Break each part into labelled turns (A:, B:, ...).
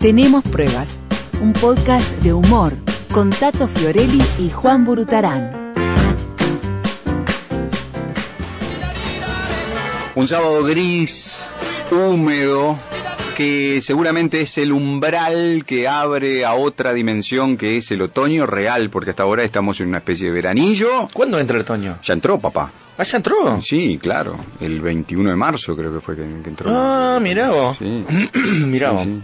A: Tenemos pruebas, un podcast de humor con Tato Fiorelli y Juan Burutarán.
B: Un sábado gris, húmedo, que seguramente es el umbral que abre a otra dimensión que es el otoño real, porque hasta ahora estamos en una especie de veranillo.
C: ¿Cuándo entra el otoño?
B: Ya entró, papá.
C: Ah, ya entró.
B: Sí, claro. El 21 de marzo creo que fue que, que entró.
C: Ah, mirá vos.
B: Sí.
C: Mirá vos.
B: Sí, sí.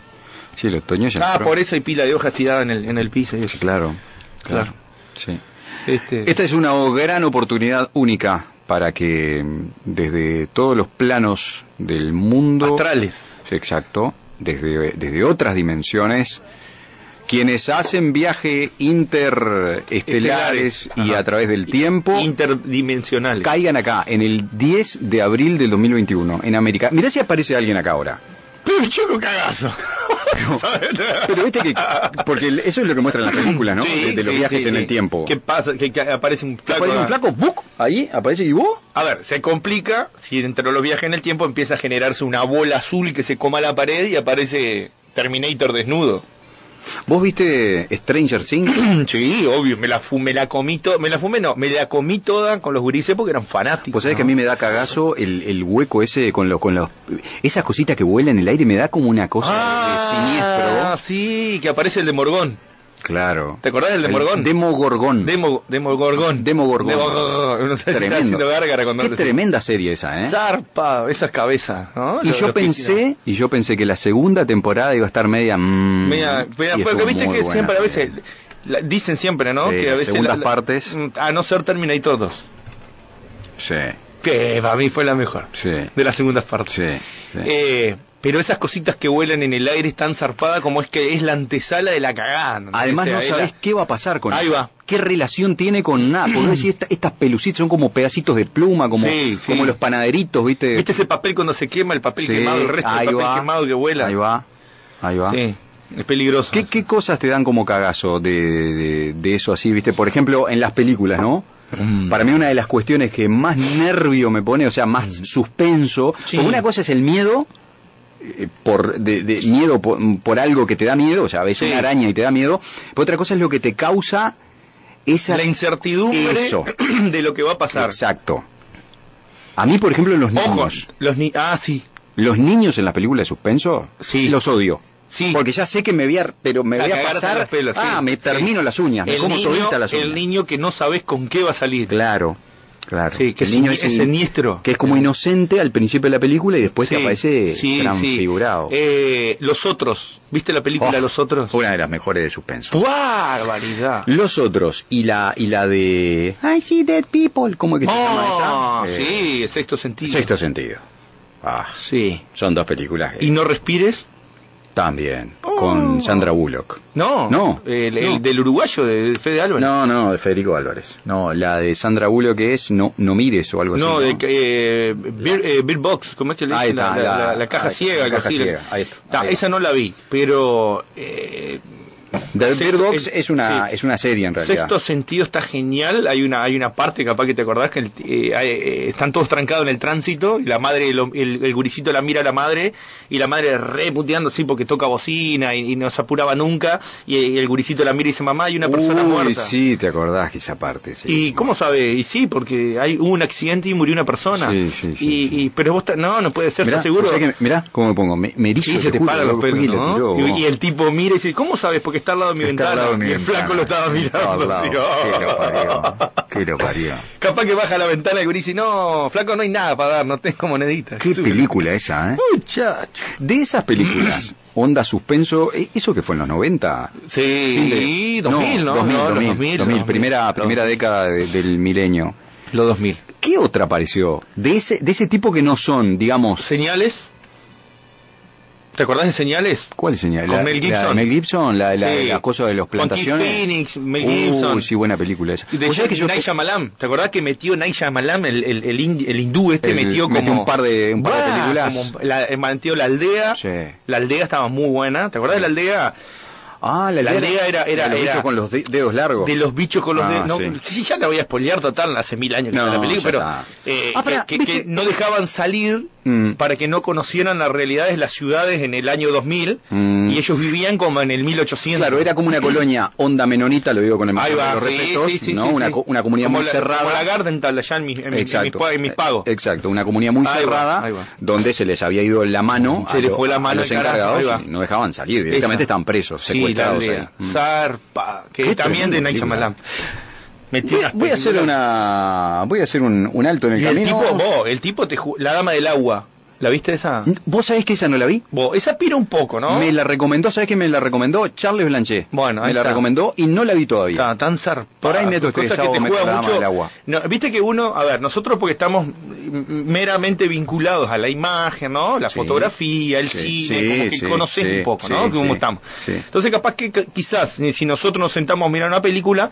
B: Sí, el otoño ya
C: Ah,
B: entró.
C: por eso hay pila de hojas tiradas en el, en el piso y eso.
B: Claro, claro.
C: Claro.
B: Sí.
C: Este,
B: Esta es una gran oportunidad única para que mm, desde todos los planos del mundo...
C: astrales.
B: Sí, Exacto, desde, desde otras dimensiones. Quienes hacen viaje interestelares
C: Estelares,
B: y
C: ajá.
B: a través del tiempo
C: Interdimensionales.
B: caigan acá en el 10 de abril del 2021 en América. Mirá si aparece alguien acá ahora.
C: Pero choco cagazo. ¿Sabes?
B: Pero viste que. Porque el- eso es lo que muestran las películas, ¿no?
C: Sí,
B: de, de los
C: sí,
B: viajes
C: sí,
B: en
C: sí.
B: el tiempo.
C: ¿Qué pasa? Que, que aparece un flaco.
B: Aparece un flaco, ¡buc! Ahí aparece y vos.
C: A ver, se complica si dentro de los viajes en el tiempo empieza a generarse una bola azul que se coma la pared y aparece Terminator desnudo. Mm,
B: ¿Vos viste Stranger Things?
C: Sí, obvio, me la, fu- me la comí to- me la fumé, no, me la comí toda con los gurises porque eran fanáticos.
B: Pues sabés
C: ¿no?
B: que a mí me da cagazo el, el hueco ese con los. Con los esas cositas que vuelan en el aire me da como una cosa de eh, siniestro.
C: Ah, sí, que aparece el de Morgón.
B: Claro.
C: ¿Te acordás del de Morgón?
B: Demogorgón.
C: Demo, Demogorgón.
B: Demogorgón.
C: Demogorgón. No sé si está haciendo gárgara cuando
B: Qué
C: lo-
B: tremenda serie esa, ¿eh?
C: Zarpado, esas cabezas, ¿no?
B: Y
C: Los-
B: yo
C: los que hicieron.
B: pensé, y yo pensé que la segunda temporada iba a estar media. mm,
C: Mira, mira,
B: y estuvo
C: porque viste
B: muy
C: que
B: buena.
C: siempre a veces la- dicen siempre, ¿no?
B: Sí,
C: que a
B: las
C: veces mm,
B: segundas partes.
C: A no ser Terminator 2,
B: Sí,
C: que para mí fue la mejor
B: sí,
C: de las segundas partes.
B: sí. sí.
C: Eh, pero esas cositas que vuelan en el aire están zarpadas como es que es la antesala de la cagada. ¿no?
B: Además
C: O sea,
B: no
C: es
B: sabés
C: la-
B: qué va a pasar con
C: Ahí
B: eso.
C: va.
B: ¿Qué relación tiene con nada? Porque vos decís, esta- estas pelucitas son como pedacitos de pluma, como,
C: Sí, sí.
B: como los panaderitos, ¿viste?
C: ¿Viste ese papel cuando se quema, el papel
B: Sí,
C: quemado, el resto del
B: ahí
C: papel
B: va,
C: quemado que vuela?
B: Ahí va, ahí va.
C: Sí, es peligroso.
B: ¿Qué, qué cosas te dan como cagazo de, de- de eso así, viste? Por ejemplo, en las películas, ¿no?
C: Mm.
B: Para mí una de las cuestiones que más nervio me pone, o sea, más suspenso,
C: Mm. Sí.
B: porque una cosa es el miedo eh, por de, de- miedo por, por algo que te da miedo, o sea, ves
C: Sí.
B: una araña y te da miedo, pero otra cosa es lo que te causa esa
C: La incertidumbre
B: Eso.
C: de lo que va a pasar.
B: exacto. A mí, por ejemplo, los niños,
C: Ojos. Los ni ah, sí.
B: los niños en las películas de suspenso,
C: Sí.
B: los odio.
C: Sí.
B: Porque ya sé que me voy a, pero me
C: A
B: voy a
C: cagarte
B: pasar.
C: los pelos, sí,
B: ah, me
C: sí.
B: termino las uñas, me
C: el,
B: como
C: niño,
B: todita las uñas.
C: el niño que no sabes con qué va a salir.
B: Claro, claro.
C: Sí, que
B: El
C: es
B: niño
C: sin- es siniestro.
B: Que es como inocente al principio de la película y después pues te
C: Sí,
B: aparece
C: sí, sí.
B: transfigurado.
C: Eh, los otros. ¿Viste la película
B: Oh,
C: Los Otros?
B: Una de las mejores de suspenso.
C: ¡Barbaridad!
B: Los otros y la y la de I see dead people, ¿cómo que se
C: Oh,
B: llama esa? Eh,
C: sí, sexto sentido.
B: Sexto sentido. Ah,
C: Sí.
B: son dos películas. que
C: ¿Y no respires?
B: También
C: Oh.
B: con Sandra Bullock.
C: No.
B: No.
C: El, el
B: No.
C: del uruguayo, de Fede Álvarez.
B: No, no, de Federico Álvarez. No, la de Sandra Bullock que es no Pues no mires o algo
C: No,
B: así.
C: de que, eh, Beer, eh, Beer Box, ¿cómo es que le
B: Ahí
C: dicen? La,
B: está,
C: la-
B: la-
C: la- la caja
B: ahí,
C: ciega.
B: la
C: algo
B: caja
C: así.
B: ciega, ahí está,
C: Ta,
B: ahí está.
C: Esa no la vi, pero... eh,
B: The Bird
C: Sexto-
B: Box
C: el-
B: es una
C: sí.
B: es una serie en realidad.
C: Sexto sentido está genial. Hay una hay una parte, capaz que te acordás, que el- eh, hay- eh, están todos trancados en el tránsito. Y la madre, lo- el, el guricito la mira a la madre. Y la madre reputeando así porque toca bocina y, y no se apuraba nunca. Y, el guricito la mira y dice: Mamá, hay una persona
B: Uy,
C: muerta.
B: sí, te acordás que esa parte. Sí.
C: ¿Y cómo sabe? Y sí, porque hay, hubo un accidente y murió una persona.
B: Sí, sí, sí,
C: y,
B: sí.
C: y- pero vos, ta- no, no puede ser,
B: Mirá,
C: ¿estás seguro?
B: o sea que- mirá cómo me pongo. Me, me erizo,
C: Sí, se te
B: juro,
C: paran los
B: loco,
C: pelos,
B: fue que
C: ¿no?
B: la tiró, vos.
C: y, y el tipo mira y dice, ¿cómo sabes? Porque está al lado de mi
B: Está al
C: ventana.
B: lado de mi
C: y el
B: ventana.
C: flaco lo estaba
B: Estaba
C: mirando.
B: al lado.
C: así,
B: Que lo parió. Que lo parió.
C: Capaz que baja la ventana y el gurí dice, no, flaco, no hay nada para dar, no tengo moneditas.
B: Qué
C: Sube.
B: película esa, ¿eh?
C: Muchacho.
B: De esas películas, Onda Suspenso, eh, eso que fue en los 90. Fin de-
C: Sí, 2000, ¿no?
B: 2000,
C: No, los
B: 2000,
C: 2000,
B: 2000,
C: los
B: primera,
C: 2000.
B: primera década de- del milenio.
C: Los 2000.
B: ¿Qué otra apareció? De ese, de ese tipo que no son, digamos.
C: ¿Señales? ¿Te acordás de señales?
B: ¿Cuál señal?
C: Con
B: La-
C: Mel
B: la de
C: Gibson.
B: Mel Gibson, la, la,
C: Sí.
B: la cosa de los
C: Con Joaquin
B: plantaciones.
C: Phoenix, Mel
B: Uy,
C: Gibson.
B: sí, buena película esa.
C: Y De
B: Vos sabés
C: que yo... ¿te acordás que metió Naisha Malam, el, el, el, indi- el hindú este,
B: El-
C: metió como...
B: metió un par de- un par de películas.
C: como la- eh, metió La Aldea,
B: Sí.
C: La Aldea estaba muy buena, ¿te acordás de La Aldea?
B: Ah, la,
C: La
B: idea
C: idea era- era-
B: de los
C: era-
B: bichos con los de- dedos largos.
C: De los bichos con los
B: Ah,
C: dedos. No,
B: sí.
C: sí. ya la voy a spoilear total, hace mil años que
B: No,
C: está la película, pero
B: ya
C: eh,
D: Ah, pará,
C: que, que- que
D: ¿viste?
C: no dejaban salir
B: Mm.
C: para que no conocieran las realidades de las ciudades en el año 2000
B: Mm.
C: y ellos vivían como en el 1800.
B: Claro, era como una colonia onda menonita, lo digo con el
C: Ahí
B: mayor de
C: va,
B: los
C: sí,
B: respetos,
C: sí, sí,
B: ¿no?
C: sí,
B: una,
C: sí.
B: co- una comunidad
C: Como
B: muy
C: la-
B: cerrada. Eh,
C: Como la Garden Tab, allá en mis, en, mis- en mis, pa- en mis pagos.
B: Exacto, una comunidad muy
C: Ahí va,
B: cerrada
C: ahí va.
B: donde se les había ido la mano,
C: Se
B: a
C: le
B: lo-
C: fue la
B: a
C: mano
B: los
C: al carajo,
B: encargados
C: ahí va.
B: y no dejaban salir, directamente
C: Esa.
B: estaban presos,
C: Sí,
B: secuestrados
C: la
B: ahí.
C: aldea.
B: Mm.
C: Zarpa, que
B: Qué
C: también de
B: tremenda
C: Night
B: película.
C: Shyamalan. Metí
B: Voy,
C: unas
B: voy a hacer
C: películas.
B: una voy a hacer un, un alto en el
C: Y el
B: camino.
C: tipo, vos, el tipo te ju- la dama del agua. ¿La viste esa?
B: ¿Vos sabés que esa no la vi?
C: Vos, esa pira un poco, ¿no?
B: ¿Mm? Me la recomendó, ¿sabés que me la recomendó? Charles Blanchet.
C: Bueno, ahí
B: me la
C: está.
B: recomendó y no la vi todavía.
C: Está tan zarpado.
B: Por ahí meto
C: Cosa
B: estresado,
C: que te
B: meto
C: juega
B: la dama
C: mucho.
B: del agua.
C: No, Viste que uno, a ver, nosotros porque estamos mm, meramente vinculados a la imagen, ¿no? La
B: Sí.
C: fotografía, el
B: Sí,
C: cine,
B: sí,
C: como que
B: sí,
C: conocés
B: sí,
C: un poco,
B: sí,
C: ¿no? Cómo
B: sí,
C: estamos.
B: sí.
C: Entonces, capaz que ca- quizás eh, si nosotros nos sentamos a mirar una película,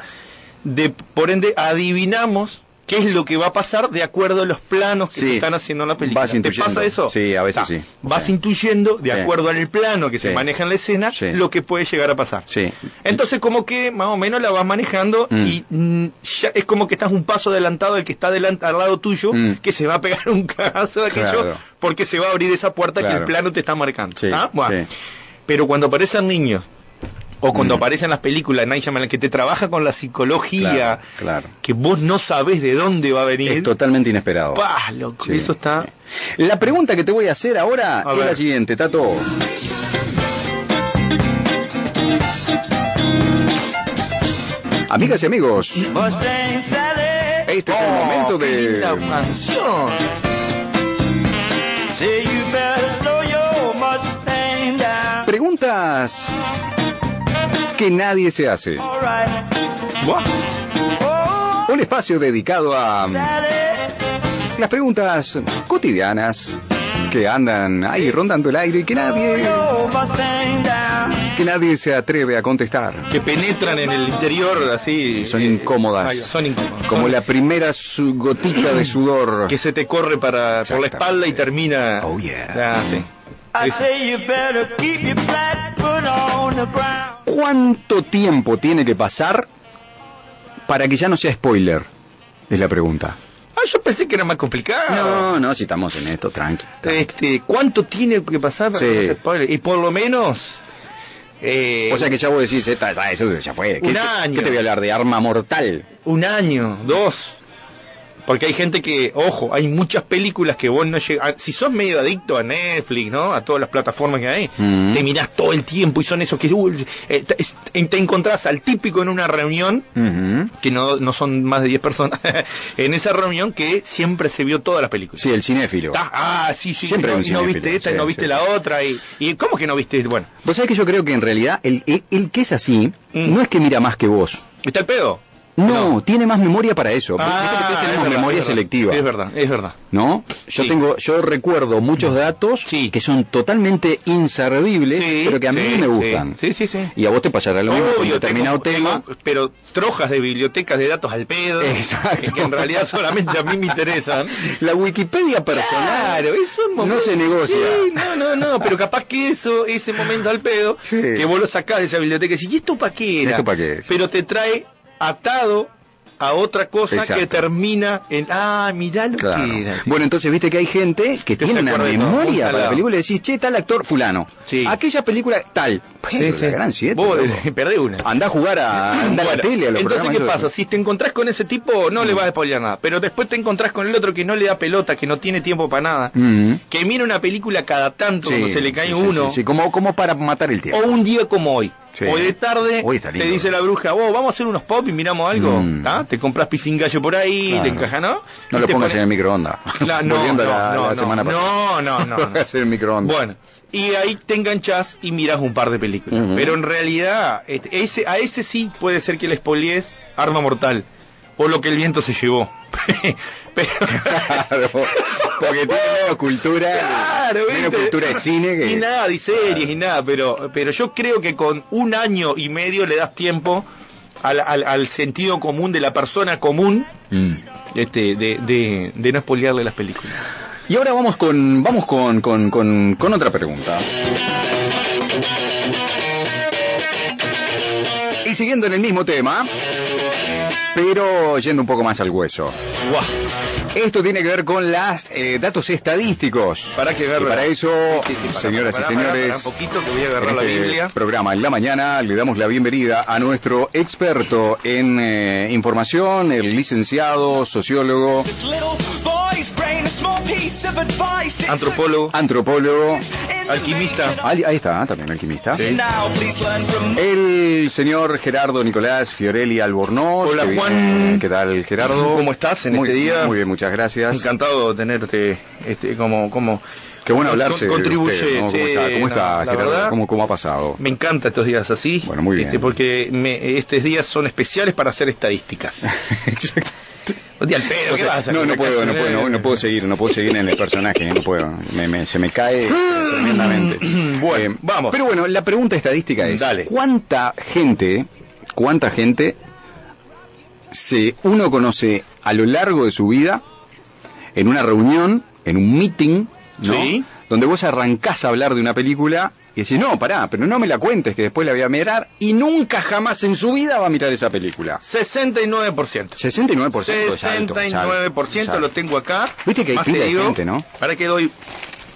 C: de por ende adivinamos qué es lo que va a pasar de acuerdo a los planos que
B: Sí.
C: se están haciendo en la película.
B: Vas
C: ¿Te
B: intuyendo.
C: pasa eso?
B: Sí, a veces
C: Está.
B: sí.
C: Vas
B: Sí.
C: intuyendo de
B: Sí.
C: acuerdo al plano que se
B: Sí.
C: maneja en la escena
B: Sí.
C: lo que puede llegar a pasar.
B: Sí.
C: Entonces como que más o menos la vas manejando
B: Mm.
C: y mm, ya es como que estás un paso adelantado del que está adelant- al lado tuyo,
B: Mm.
C: que se va a pegar un cagazo de aquello
B: Claro.
C: porque se va a abrir esa puerta que
B: Claro.
C: el plano te está marcando.
B: Sí,
C: ¿ah? Bueno.
B: sí.
C: Pero cuando aparecen niños o cuando
B: Mm.
C: aparecen las películas de Night Shyamalan que te trabaja con la psicología,
B: Claro, claro.
C: que vos no sabés de dónde va a venir.
B: Es totalmente inesperado.
C: ¡Pah, loco!
B: Sí.
C: Eso está...
B: La pregunta que te voy a hacer ahora
C: A
B: es
C: ver.
B: la siguiente, Tato. Amigas y amigos, este es el
C: Oh,
B: momento
C: qué linda
B: de...
C: canción.
B: Preguntas que nadie se hace.
C: Buah.
E: Oh,
B: Un espacio dedicado a las preguntas cotidianas que andan ahí rondando el aire y que nadie,
E: Oh,
B: que nadie se atreve a contestar.
C: que penetran en el interior así.
B: Son
C: eh,
B: incómodas.
C: ay, son incómodas.
B: Como
C: Son-
B: la primera su- gotita de sudor.
C: que se te corre para por la
B: Exactamente.
C: espalda y termina.
B: Oh, yeah.
C: Ah, sí.
E: I
C: Esa.
E: say you better keep your flat foot on the ground.
B: ¿Cuánto tiempo tiene que pasar para que ya no sea spoiler? Es la pregunta.
C: Ah, yo pensé que era más complicado.
B: No, no, si estamos en esto, tranqui. tranqui.
C: Este, ¿cuánto tiene que pasar para
B: Sí.
C: que no se spoile? Y por lo menos eh,
B: O sea que ya vos decís, esta, esta- eso ya fue. ¿Qué,
C: Un
B: te-
C: año.
B: qué te voy a hablar de arma mortal?
C: un año, dos. Porque hay gente que, ojo, hay muchas películas que vos no llegas. Si sos medio adicto a Netflix, ¿no? A todas las plataformas que hay,
B: Mm.
C: te mirás todo el tiempo y son esos que. uh, eh, te, es- te encontrás al típico en una reunión
B: Ujú.
C: que no, no son más de 10 personas, en esa reunión que siempre se vio todas las películas.
B: Sí, el cinéfilo.
C: Ta- Ah, sí, sí,
B: Siempre
C: no,
B: hay un
C: y no
B: cinéfilo,
C: viste esta
B: sí,
C: y no
B: sí,
C: viste
B: sí.
C: la otra. Y, y ¿Cómo que no viste? Bueno,
B: Vos sabés que yo creo que en realidad el, el- el que es así
C: Mm.
B: no es que mira más que vos.
C: ¿está el pedo?
B: No, tiene más memoria para eso. Viste
C: Ah,
B: que todos
C: es
B: tenemos
C: verdad,
B: memoria
C: es verdad.
B: selectiva.
C: Es verdad, es verdad.
B: ¿no? Yo
C: Sí. Mm.
B: tengo, yo recuerdo muchos datos
C: Sí.
B: que son totalmente inservibles,
C: Sí,
B: pero que a mí
C: sí,
B: me
C: sí.
B: gustan.
C: Sí, sí, sí.
B: Y a vos te pasará lo mismo
C: Obvio,
B: con determinado
C: tengo-
B: tema.
C: tengo, pero trojas de bibliotecas de datos al pedo.
B: Exacto.
C: Que en realidad solamente a mí me interesan.
B: La Wikipedia personal,
C: Claro, es un momento.
B: no se negocia.
C: Sí, no, no, no, pero capaz que eso, ese momento al pedo,
B: Sí.
C: que vos lo sacás de esa biblioteca y decís, ¿y esto para qué era?
B: ¿Esto pa' qué es?
C: Pero te trae atado a otra cosa
B: Exacto.
C: que termina en, ah, mirá lo
B: Claro.
C: que era.
B: Bueno, entonces viste que hay gente que
C: Que
B: tiene
C: se
B: una
C: acuerda de todo, un
B: memoria para la
C: salado.
B: película y decís, che, tal actor fulano.
C: Sí.
B: Aquella película tal. Pero
C: Sí,
B: la
C: sí.
B: gran siete,
C: Vos
B: loco.
C: perdés una.
B: Andá a jugar a, andá a la
C: Bueno,
B: tele, a los
C: entonces,
B: programas Mm.
C: ¿qué
B: esos.
C: pasa? Si te encontrás con ese tipo, no le vas a spoilear nada. Pero después te encontrás con el otro que no le da pelota, que no tiene tiempo para nada.
B: Mm.
C: Que mira una película cada tanto
B: Sí,
C: cuando se le cae
B: sí, sí,
C: uno.
B: sí, sí, como, como para matar el tiempo.
C: O un día como hoy.
B: Sí.
C: Hoy de tarde
B: Hoy está
C: te
B: lindo.
C: dice la bruja, vos vamos a hacer unos pop y miramos algo.
B: Mm.
C: ¿tá? Te compras pisingallo por ahí,
B: Claro.
C: te encaja, ¿no?
B: No
C: Y
B: lo
C: te
B: pongas en
C: pones-
B: el microondas.
C: La- no,
B: Volviendo a
C: no,
B: la,
C: no,
B: la
C: no,
B: semana pasada.
C: no, no, no, no.
B: pongas en el microondas.
C: Bueno, y ahí te enganchás y mirás un par de películas.
B: Ujú.
C: Pero en realidad, este, ese, a ese sí puede ser que le spoilees Arma Mortal. O lo que el viento se llevó. Pero,
B: Claro, porque tiene menos cultura,
C: Claro,
B: menos
C: ¿viste?
B: cultura de cine que...
C: Y nada, y series, y nada, pero, pero yo creo que con un año y medio le das tiempo al, al- al sentido común de la persona común
B: Mm.
C: este, de, de- de no spoilearle las películas.
B: Y ahora vamos con vamos con, con, con, con otra pregunta. y siguiendo en el mismo tema, pero yendo un poco más al hueso.
C: Guau.
B: Esto tiene que ver con los datos estadísticos.
C: Para que agarre
B: Y para
C: la-
B: eso,
C: Sí, sí, para,
B: señoras
C: para,
B: y
C: para,
B: señores,
C: para un poquito que voy a agarrar la
B: en este
C: Biblia.
B: programa en la mañana le damos la bienvenida a nuestro experto en eh, información, el licenciado, sociólogo,
C: Antropólogo,
B: antropólogo,
C: alquimista.
B: al- ahí está, ¿eh? también alquimista.
C: Sí.
B: El señor Gerardo Nicolás Fiorelli Albornoz.
C: Hola,
B: que viene-
C: Juan.
B: ¿Qué tal, Gerardo?
C: ¿Cómo estás en
B: Muy-
C: este día?
B: Muy bien, muchas gracias.
C: Encantado de tenerte este, como, como...
B: Qué bueno hablarse. de
C: Contribuye,
B: usted, ¿no? ¿Cómo
C: sí,
B: está, ¿Cómo está,
C: no, la
B: Gerardo?
C: verdad.
B: ¿Cómo, cómo ha pasado?
C: Me encanta estos días así.
B: Bueno, muy bien.
C: este, porque me- estos días son especiales para hacer estadísticas.
B: Exacto.
C: No te al pedo, ¿qué vas a
B: no,
C: hacer?
B: no puedo, no
C: Una
B: puedo, no, no puedo seguir, no puedo seguir en el personaje, no puedo. Me- me- se me cae tremendamente.
C: Bueno,
B: Eh,
C: vamos.
B: Pero bueno, la pregunta estadística es,
C: Dale.
B: ¿cuánta gente, cuánta gente se uno conoce a lo largo de su vida en una reunión, en un meeting, ¿no?
C: Sí.
B: Donde vos arrancás a hablar de una película y decís, no, pará, pero no me la cuentes, que después la voy a mirar y nunca jamás en su vida va a mirar esa película.
C: 69%.
B: 69% es alto, es alto,
C: 69%
B: es alto.
C: lo tengo acá.
B: Viste que hay
C: Más te
B: pila de
C: digo,
B: gente, ¿no?
C: Para que doy,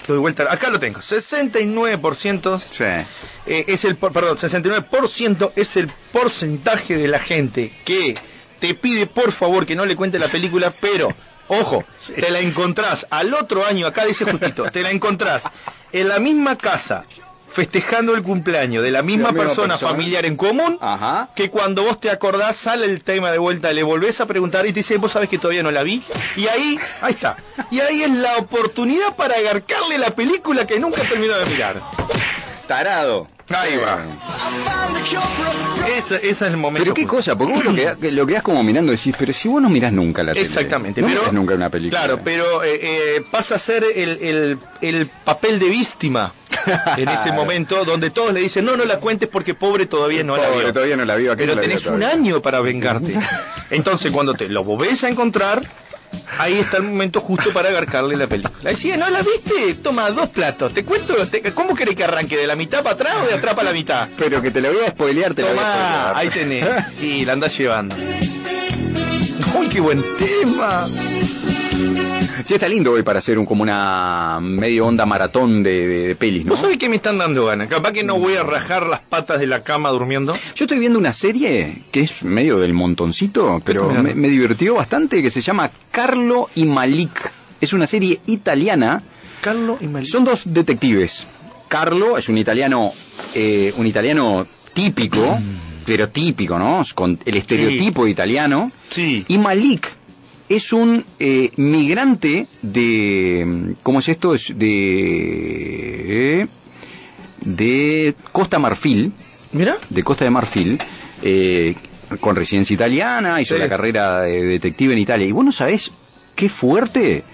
C: doy vuelta. Acá lo tengo. 69%
B: Sí.
C: eh, es el, por- perdón, 69% es el porcentaje de la gente que te pide por favor que no le cuente la película, pero ojo, te la encontrás al otro año, acá dice justito, te la encontrás en la misma casa festejando el cumpleaños de la misma,
B: misma
C: persona,
B: persona. Ah.
C: familiar en común.
B: Ajá.
C: que cuando vos te acordás sale el tema de vuelta, le volvés a preguntar y te dice, vos sabés que todavía no la vi. Y ahí, ahí está. Y ahí es la oportunidad para agarcarle la película que nunca terminó de mirar.
B: Tarado.
C: Ahí va. Ese, ese es el momento.
B: Pero qué
C: justo.
B: cosa, porque vos lo que lo quedás como mirando y decís, pero si vos no mirás nunca la tele.
C: Exactamente,
B: No
C: pero-
B: mirás nunca una película.
C: Claro, pero eh, eh, pasa a ser el, el- el papel de víctima en ese
B: Claro.
C: momento donde todos le dicen, no, no la cuentes porque pobre todavía no la
B: Pobre,
C: vio.
B: todavía no la vio. aquel
C: Pero
B: no la vio
C: tenés un
B: todavía.
C: año para vengarte. Entonces, cuando te lo volvés a encontrar, ahí está el momento justo para agarcarle la película. Decía, ¿no la viste? Toma dos platos. Te cuento, te- ¿cómo querés que arranque? ¿De la mitad para atrás o de atrás para la mitad?
B: Pero que te la voy a spoilear, te la voy a
C: Tomá, ahí
B: spoilear.
C: tenés. Y la andás llevando. ¡Uy, qué buen tema!
B: Che, está lindo hoy para hacer un, como una medio onda maratón de, de- de pelis, ¿no?
C: Vos sabés que me están dando ganas. Capaz que no voy a rajar las patas de la cama durmiendo.
B: Yo estoy viendo una serie que es medio del montoncito, pero
C: estás mirando?
B: me, me divirtió bastante, que se llama Carlo y Malik. Es una serie italiana
C: Carlos y Mel-
B: Son dos detectives. Carlo es un italiano, eh, un italiano típico,
C: Mm.
B: pero típico, ¿no? Con el estereotipo italiano.
C: Sí.
B: Y Malik es un eh, migrante de, ¿cómo es esto? Es de, de Costa Marfil,
C: Mira.
B: de Costa de Marfil. eh, con residencia italiana, hizo
C: Sí.
B: la carrera de detective en Italia. Y vos no sabés qué fuerte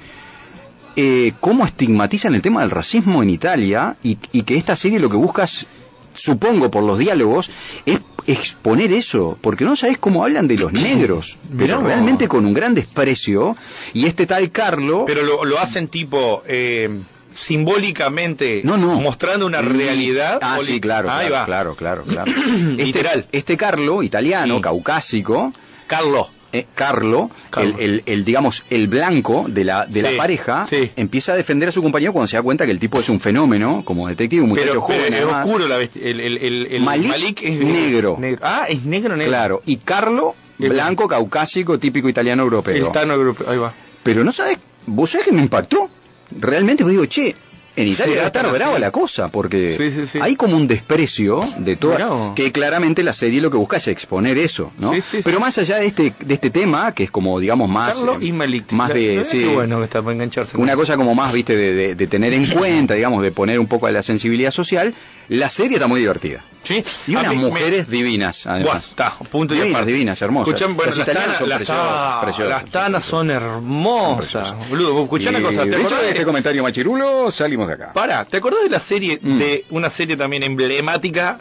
B: eh, cómo estigmatizan el tema del racismo en Italia y, y que esta serie lo que buscas, supongo por los diálogos, es exponer eso, porque no sabes cómo hablan de los negros,
C: Mirá
B: pero
C: vos.
B: realmente con un gran desprecio. Y este tal Carlo...
C: Pero lo, lo hacen tipo eh, simbólicamente
B: No, no.
C: mostrando una
B: Li-
C: realidad.
B: Ah,
C: o li-
B: sí, claro,
C: Ahí
B: claro,
C: va.
B: claro, claro, claro.
C: Literal.
B: Este, este Carlo, italiano,
C: Sí.
B: caucásico,
C: Carlos.
B: eh, Carlo,
C: Carlo.
B: El, el- el, digamos, el blanco de la, de
C: Sí,
B: la pareja,
C: sí.
B: empieza a defender a su compañero cuando se da cuenta que el tipo es un fenómeno, como detective, un muchacho
C: Pero,
B: joven.
C: pero es
B: además.
C: oscuro la vesti- el, el, el, el
B: Malik
C: es
B: negro.
C: Ah, es negro, negro.
B: Claro, y Carlo,
C: Bien.
B: blanco, caucásico, típico italiano europeo.
C: El Tano europeo. Ahí va.
B: Pero no sabes, vos sabés que me impactó. Realmente vos digo, che, en Italia
C: Sí,
B: va a estar
C: hasta
B: brava
C: así.
B: la cosa, porque
C: Sí, sí, sí.
B: hay como un desprecio de
C: Mirá
B: todo,
C: vos.
B: que claramente la serie lo que busca es exponer eso, ¿no?
C: Sí, sí, sí.
B: Pero más allá de este, de este tema, que es como, digamos, más...
C: Carlos
B: eh,
C: y Malik.
B: Más
C: La-
B: de...
C: Mirá
B: sí,
C: Qué bueno que está para engancharse.
B: una cosa como más, viste, de, de- de tener en cuenta, digamos, de poner un poco de la sensibilidad social. La serie está muy divertida.
C: Sí.
B: Y
C: A
B: unas
C: mí me-
B: mujeres divinas,
C: Bueno,
B: además.
C: está, punto y
B: Divinas,
C: aparte.
B: divinas, hermosas.
C: Escuchame, bueno,
B: Las
C: las
B: italianas
C: tanas,
B: son
C: las
B: preciosas,
C: tanas-
B: preciosas,
C: las tanas son hermosas,
B: Preciosas.
C: boludo. Escuchá una
B: Y,
C: cosa, ¿te
B: de hecho,
C: acordás
B: de este
C: de-
B: comentario machirulo, salimos de acá.
C: Para, ¿te acordás de la serie,
B: Mm.
C: de una serie también emblemática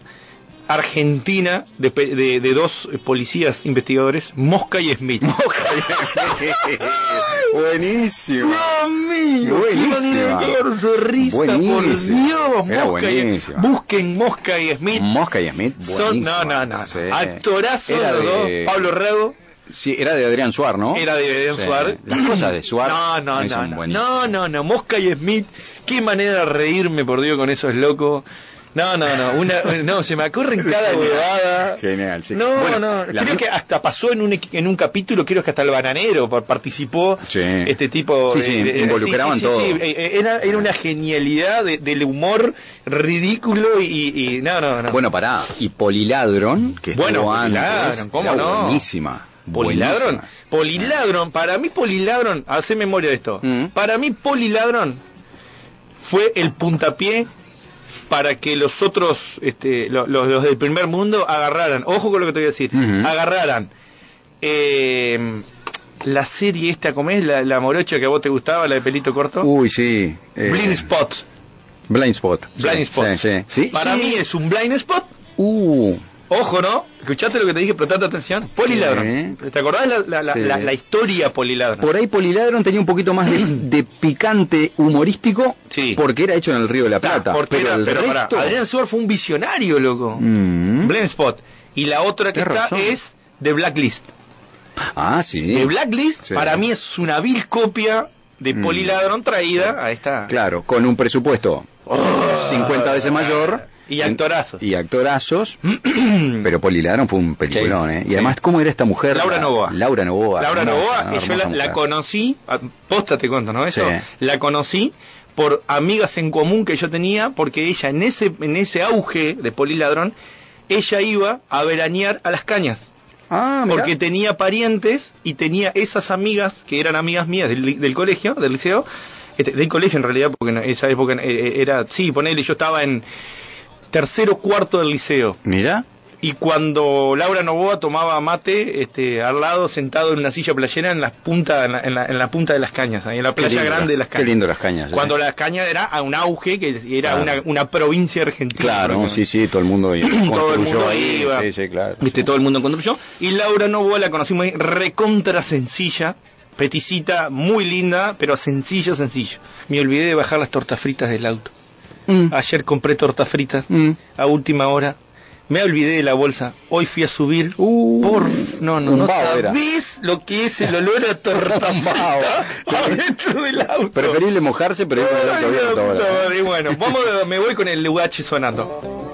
C: argentina de, pe- de- de dos eh, policías investigadores, Mosca y Smith?
B: Buenísimo.
C: ¡Dios mío! Tremendo.
B: Buenísima.
C: Qué sonrisa,
B: Buenísima.
C: por Dios.
B: Era
C: Mosca y,
B: buenísima.
C: busquen Mosca y Smith.
B: Mosca y Smith.
C: Son, no,
B: buenísima.
C: no, no.
B: Sí.
C: Actorazo
B: Era
C: los dos.
B: de-
C: Pablo Rego.
B: Sí, era de Adrián Suar, ¿no?
C: Era de Adrián
B: Sí.
C: Suar.
B: Las cosas de Suar.
C: No, no,
B: también
C: no.
B: son
C: No,
B: buenísimas.
C: no, no, no. Mosca y Smith. Qué manera de reírme, por Dios, con esos locos. No, no, no. Una, no, se me ocurren cada
B: Genial.
C: huevada.
B: Genial, sí.
C: No,
B: Bueno,
C: no.
B: la
C: Creo
B: mi-
C: que hasta pasó en un, equi- en un capítulo, creo que hasta el bananero pa- participó.
B: Sí.
C: Este tipo.
B: Sí, sí, involucraban
C: sí, sí, sí,
B: todo.
C: Eh, eh, Era, era una genialidad de- del humor ridículo y, y- No, no, no.
B: Bueno, pará. Y Poliladron, que estuvo
C: Bueno,
B: antes.
C: Poliladron, ¿cómo
B: era
C: no?
B: Buenísima.
C: Poliladron.
B: buenísima.
C: Poliladron, para mí Poliladron, hace memoria de esto.
B: Mm.
C: Para mí Poliladron fue el puntapié para que los otros, este, lo- lo- los del primer mundo, agarraran, ojo con lo que te voy a decir,
B: Ujú.
C: agarraran eh, la serie esta, ¿cómo es? La, la morocha que a vos te gustaba, la de pelito corto.
B: Uy, sí. Uh, eh,
C: blind Spot.
B: Blind Spot. Sí,
C: Blind Spot.
B: Sí, sí. Sí,
C: Para
B: sí.
C: mí es un Blind Spot
B: Uh,
C: Ojo, ¿no? ¿Escuchaste lo que te dije? Prestando atención. Poliladron.
B: Sí.
C: ¿Te acordás la, la, la-
B: Sí.
C: la- la historia poliladron?
B: por ahí Poliladron tenía un poquito más de, de picante humorístico
C: Sí.
B: porque era hecho en el Río de la Plata.
C: Porque
B: pero
C: era-
B: el
C: pero pará,
B: resto...
C: Adrián Suar fue un visionario, loco.
B: Mm.
C: Blind Spot. Y la otra que
B: Tenés
C: está
B: razón.
C: es The Blacklist.
B: Ah, sí.
C: The Blacklist,
B: Sí.
C: para mí, es una vil copia de
B: Mm.
C: Poliladron traída a esta.
B: Claro, con un presupuesto 50 veces mayor.
C: Y actorazos.
B: Y actorazos. pero Poliladron fue un peliculón,
C: Sí,
B: ¿eh? Y
C: sí.
B: además, ¿cómo era esta mujer?
C: Laura
B: La-
C: Novoa.
B: Laura Novoa.
C: Laura
B: hermosa,
C: Novoa, que
B: hermosa
C: yo la, la
B: mujer.
C: conocí, a- posta te cuento, ¿no? Eso,
B: Sí.
C: la conocí por amigas en común que yo tenía, porque ella en ese, en ese auge de Poliladrón, ella iba a veranear a las cañas.
B: Ah, mirá.
C: Porque tenía parientes y tenía esas amigas que eran amigas mías del, del colegio, del liceo, este, del colegio en realidad, porque en esa época eh, era, sí, ponele, yo estaba en tercero cuarto del liceo.
B: Mirá.
C: Y cuando Laura Novoa tomaba mate este, al lado, sentado en una silla playera en la punta, en la, en la- en la punta de las cañas, ahí en la
B: Qué
C: playa
B: lindo,
C: grande de las
B: qué
C: cañas.
B: lindo las cañas, ¿eh?
C: Cuando las cañas era a un auge, que era
B: Claro.
C: una, una provincia argentina.
B: Claro,
C: Porque-
B: sí, sí, todo el mundo ahí
C: todo el
B: construyó
C: mundo
B: ahí.
C: iba.
B: Sí, sí, claro.
C: Viste, todo el mundo construyó. Y Laura Novoa la conocimos ahí, recontra sencilla, peticita, muy linda, pero sencilla, sencilla. Me olvidé de bajar las tortas fritas del auto.
B: Mm,
C: Ayer compré tortas fritas
B: mm.
C: a última hora. Me olvidé de la bolsa. Hoy fui a subir.
B: Uh,
C: Por no, no,
B: un
C: no
B: vaho era.
C: sabés lo que es el olor a torta
B: Un vaho.
C: frita adentro del auto.
B: Preferible mojarse, pero es
C: Ay,
B: el auto
C: la
B: abierto
C: puta
B: ahora.
C: madre. Y bueno, vamos, me voy con el UH sonando.